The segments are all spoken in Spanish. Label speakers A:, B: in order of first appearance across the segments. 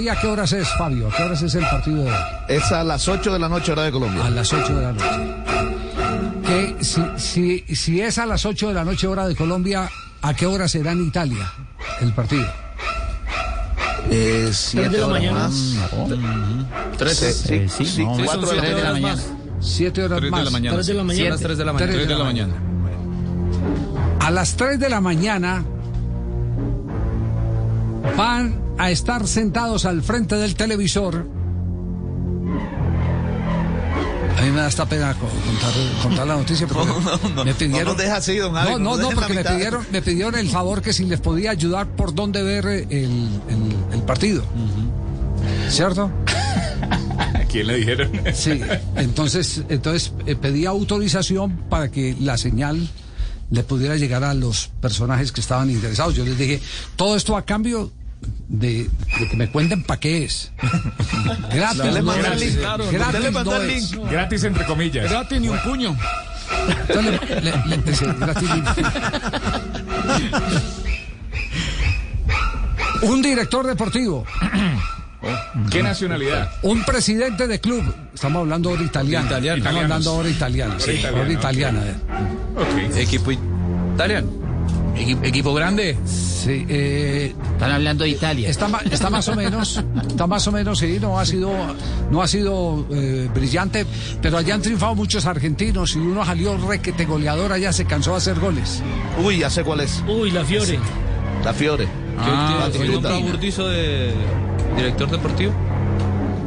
A: ¿Y a qué horas es, Fabio? ¿A qué horas es el partido de hoy?
B: Es a las 8 de la noche, hora de Colombia.
A: A las 8 de la noche. Que si, si, si es a las 8 de la noche, hora de Colombia, ¿a qué hora será en Italia el partido?
B: Es 7
C: de
B: Ah, eh,
C: la
B: horas
C: mañana.
B: más.
D: Trece.
B: Sí, sí,
D: no,
B: cuatro de
D: son
B: la
D: siete de la
B: mañana.
D: mañana.
A: Siete horas
D: Tres
A: más.
D: de la mañana.
C: Tres de la mañana.
D: Son las tres de la mañana.
A: Tres de
D: Tres de
A: la
D: la mañana.
A: A las 3 de la mañana van a estar sentados al frente del televisor. A mí me da esta pena co- contar, contar la noticia porque me pidieron...
B: no nos deja así, don Abe,
A: No,
B: no
A: no,
B: nos
A: no,
B: deja en la
A: porque me
B: mitad.
A: pidieron, me pidieron el favor que si les podía ayudar por dónde ver eh, el, el- el partido. ¿Cierto?
D: ¿A quién le dijeron?
A: Sí, entonces, entonces eh, pedí autorización para que la señal le pudiera llegar a los personajes que estaban interesados. Yo les dije, todo esto a cambio de, de que me cuenten para qué es. Gratis,
B: Usted le
A: no
B: manda el
A: es.
B: link. Usted le
A: Gratis,
B: manda
A: no
B: el
A: es.
B: link.
D: Gratis, entre comillas. Gratis, ni un puño.
A: Entonces, le- le- le- sí, gratis, link. Un director deportivo,
D: ¿Qué nacionalidad?
A: un presidente de club, estamos hablando ahora italiano,
D: Italiano.
A: estamos hablando ahora italiano, sí,
D: Italiano,
A: ahora
D: ok.
A: italiana. eh.
D: Ok.
E: Equipo italiano. equipo grande.
A: Sí, eh,
E: Están hablando de Italia.
A: está, ma- está más o menos, está más o menos, sí, no ha sido, no ha sido eh, brillante, pero allá han triunfado muchos argentinos y uno salió requete goleador allá, se cansó de hacer goles.
B: Uy, ya sé cuál es.
C: Uy, la Fiore.
B: La Fiore.
E: Ah,
B: La
E: hoy
B: tribuna.
E: nombra a Burdizo de director deportivo.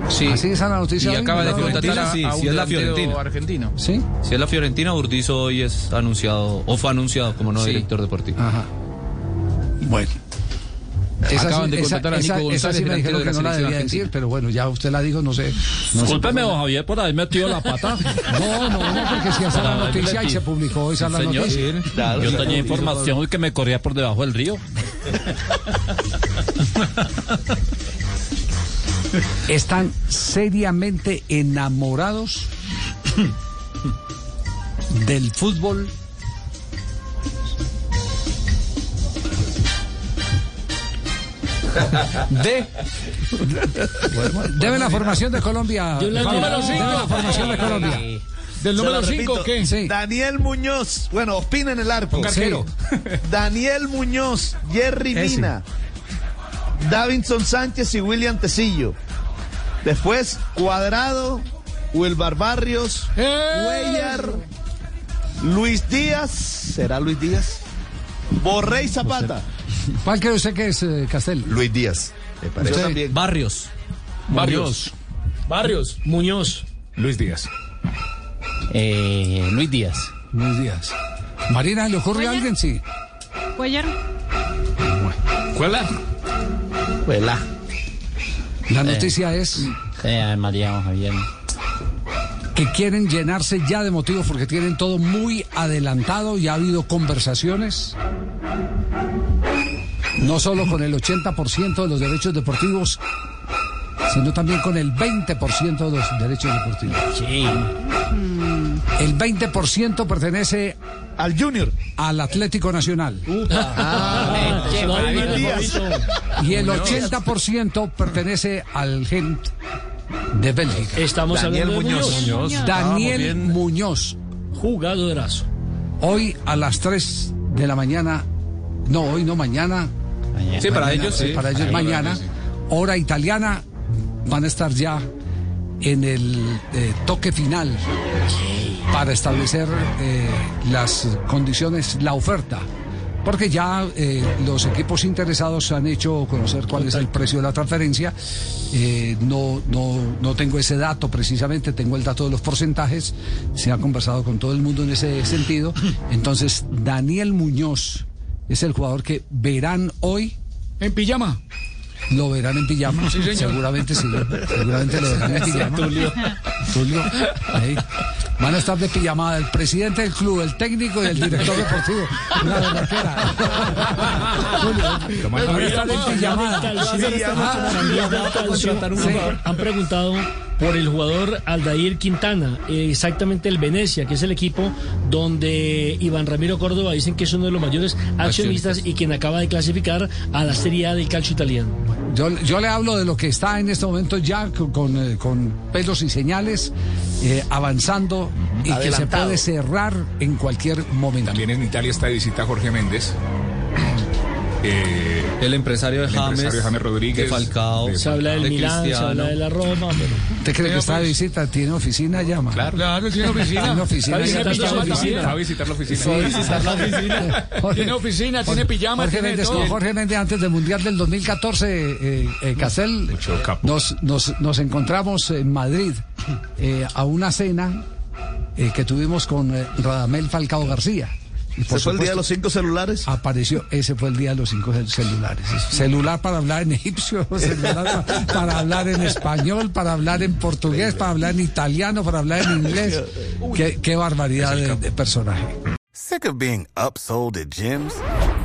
E: Sí.
A: Así es la
E: y
A: noticia. hoy,
E: acaba de
A: ¿Ah, ¿no?
E: contratar a,
D: sí,
E: a un
D: sí, es la
E: delantero
D: Fiorentina.
E: argentino.
A: Sí,
E: Si es la Fiorentina, Burdizo hoy es anunciado, o fue anunciado como no director deportivo.
A: ajá. Bueno. Esa
E: Acaban
A: sí-
E: de
A: esa-
E: contratar a
A: esa-
E: Nico
A: esa
E: González,
A: sí me dijeron
E: delantero de
A: que
E: la
A: no la
E: selección
A: debía
E: argentina.
A: decir, pero bueno, ya usted la dijo, no sé. no sé.
F: Discúlpeme, don Javier, por haber metido la pata.
A: No, no, no, porque si esa es la
F: No,
A: noticia y
F: Betty.
A: se publicó hoy, esa es la
F: Señor,
A: noticia.
B: Claro.
F: yo tenía información que me corría por debajo del río.
A: están seriamente enamorados del fútbol de debe la formación de Colombia
C: Yo la-
A: Fabio,
C: Número
A: debe
C: cinco.
A: la formación de Colombia
B: ¿Del número
A: cinco o qué? Sí.
B: Daniel Muñoz. Bueno, opina en el arco.
A: arquero.
B: Daniel Muñoz, Jerry
A: Ese.
B: Mina, Davinson Sánchez y William Tecillo. Después, Cuadrado, Wilbar Barrios,
A: ¡Eh!
B: Cuellar, Luis Díaz. ¿Será Luis Díaz? Borré y Zapata.
A: ¿cuál cree usted que es eh, Castel?
B: Luis Díaz. Yo
A: Usted-
B: también.
E: Barrios.
D: Barrios.
C: Barrios. Muñoz.
D: Luis Díaz.
E: Eh, Luis Díaz.
A: Buenos días Marina, ¿le ocurre a
G: Oye.
A: alguien? Sí
G: Cuellar,
D: ¿Cuela?
F: Pues
B: Huela.
A: la noticia es
E: Eh, María Javier.
A: que quieren llenarse ya de motivos porque tienen todo muy adelantado y ha habido conversaciones, no solo con el 80% de los derechos deportivos, sino también con el 20% de los derechos deportivos. Mm.
C: Sí.
A: El 20% pertenece
B: Al Junior.
A: al Atlético Nacional
B: Luis Díaz.
A: y el 80% pertenece al Gent de Bélgica.
C: Estamos
B: Daniel
C: hablando de Muñoz.
B: Muñoz.
A: Daniel Muñoz.
C: Jugadorazo.
A: Hoy a las 3 de la mañana, no, hoy no, mañana,
E: Sí, para ellos sí.
A: para ellos mañana, hora italiana, van a estar ya en el eh, toque final para establecer eh, las condiciones, la oferta. Porque ya eh, los equipos interesados han hecho conocer cuál es el precio de la transferencia. Eh, no, no, no tengo ese dato precisamente, tengo el dato de los porcentajes. Se ha conversado con todo el mundo en ese sentido. Entonces, Daniel Muñoz es el jugador que verán hoy
F: En pijama.
A: Lo verán en pijama. Seguramente sí. Seguramente lo verán en pijama. Tulio. ahí. Van a estar de pijamada el presidente del club, el técnico y el director deportivo. Una berraquera. Tulio, Van a estar en pijamada.
C: Contratar un
A: Sí.
C: jugador. Han preguntado por el jugador Aldair Quintana, eh, exactamente el Venecia, que es el equipo donde Iván Ramiro Córdoba dicen que es uno de los mayores accionistas y quien acaba de clasificar a la Serie A del calcio italiano.
A: Yo, yo le hablo de lo que está en este momento ya con, con, eh, con pelos y señales, eh, avanzando y que se
B: Adelantado.
A: puede cerrar en cualquier momento.
D: También en Italia está de visita Jorge Méndez. Eh,
E: El empresario de
D: El
E: James,
D: empresario de James Rodríguez,
E: de Falcao,
D: de
C: Se habla del
E: de
C: Milán, se habla
E: Cristiano.
C: de la Roma, pero
A: ¿Te crees que
D: Mira,
A: está de
D: pues.
A: visita? ¿Tiene oficina ya, man?
D: claro. Claro, tiene oficina.
A: Tiene oficina.
D: Está
A: Tiene
D: visitando la
A: pijama
D: oficina.
A: también.
D: Va a visitar la oficina.
A: Jorge-
D: Tiene oficina, tiene pijama,
A: Jorge
D: tiene
A: Méndez,
D: todo.
A: con Jorge Méndez, antes del Mundial del 2014, eh, eh, Castel,
D: Mucho capo.
A: nos, nos, nos encontramos en Madrid eh, a una cena eh, que tuvimos con eh, Radamel Falcao García. Y
B: ¿Se
A: por
B: fue el día de
A: supuesto,
B: los cinco celulares?
A: apareció, ese fue el día de los cinco cel- celulares. Celular para hablar en egipcio, celular pa- para hablar en español, para hablar en portugués, para hablar en italiano, para hablar en inglés. Qué, qué barbaridad de- de personaje.
G: Sick of being upsold at gyms?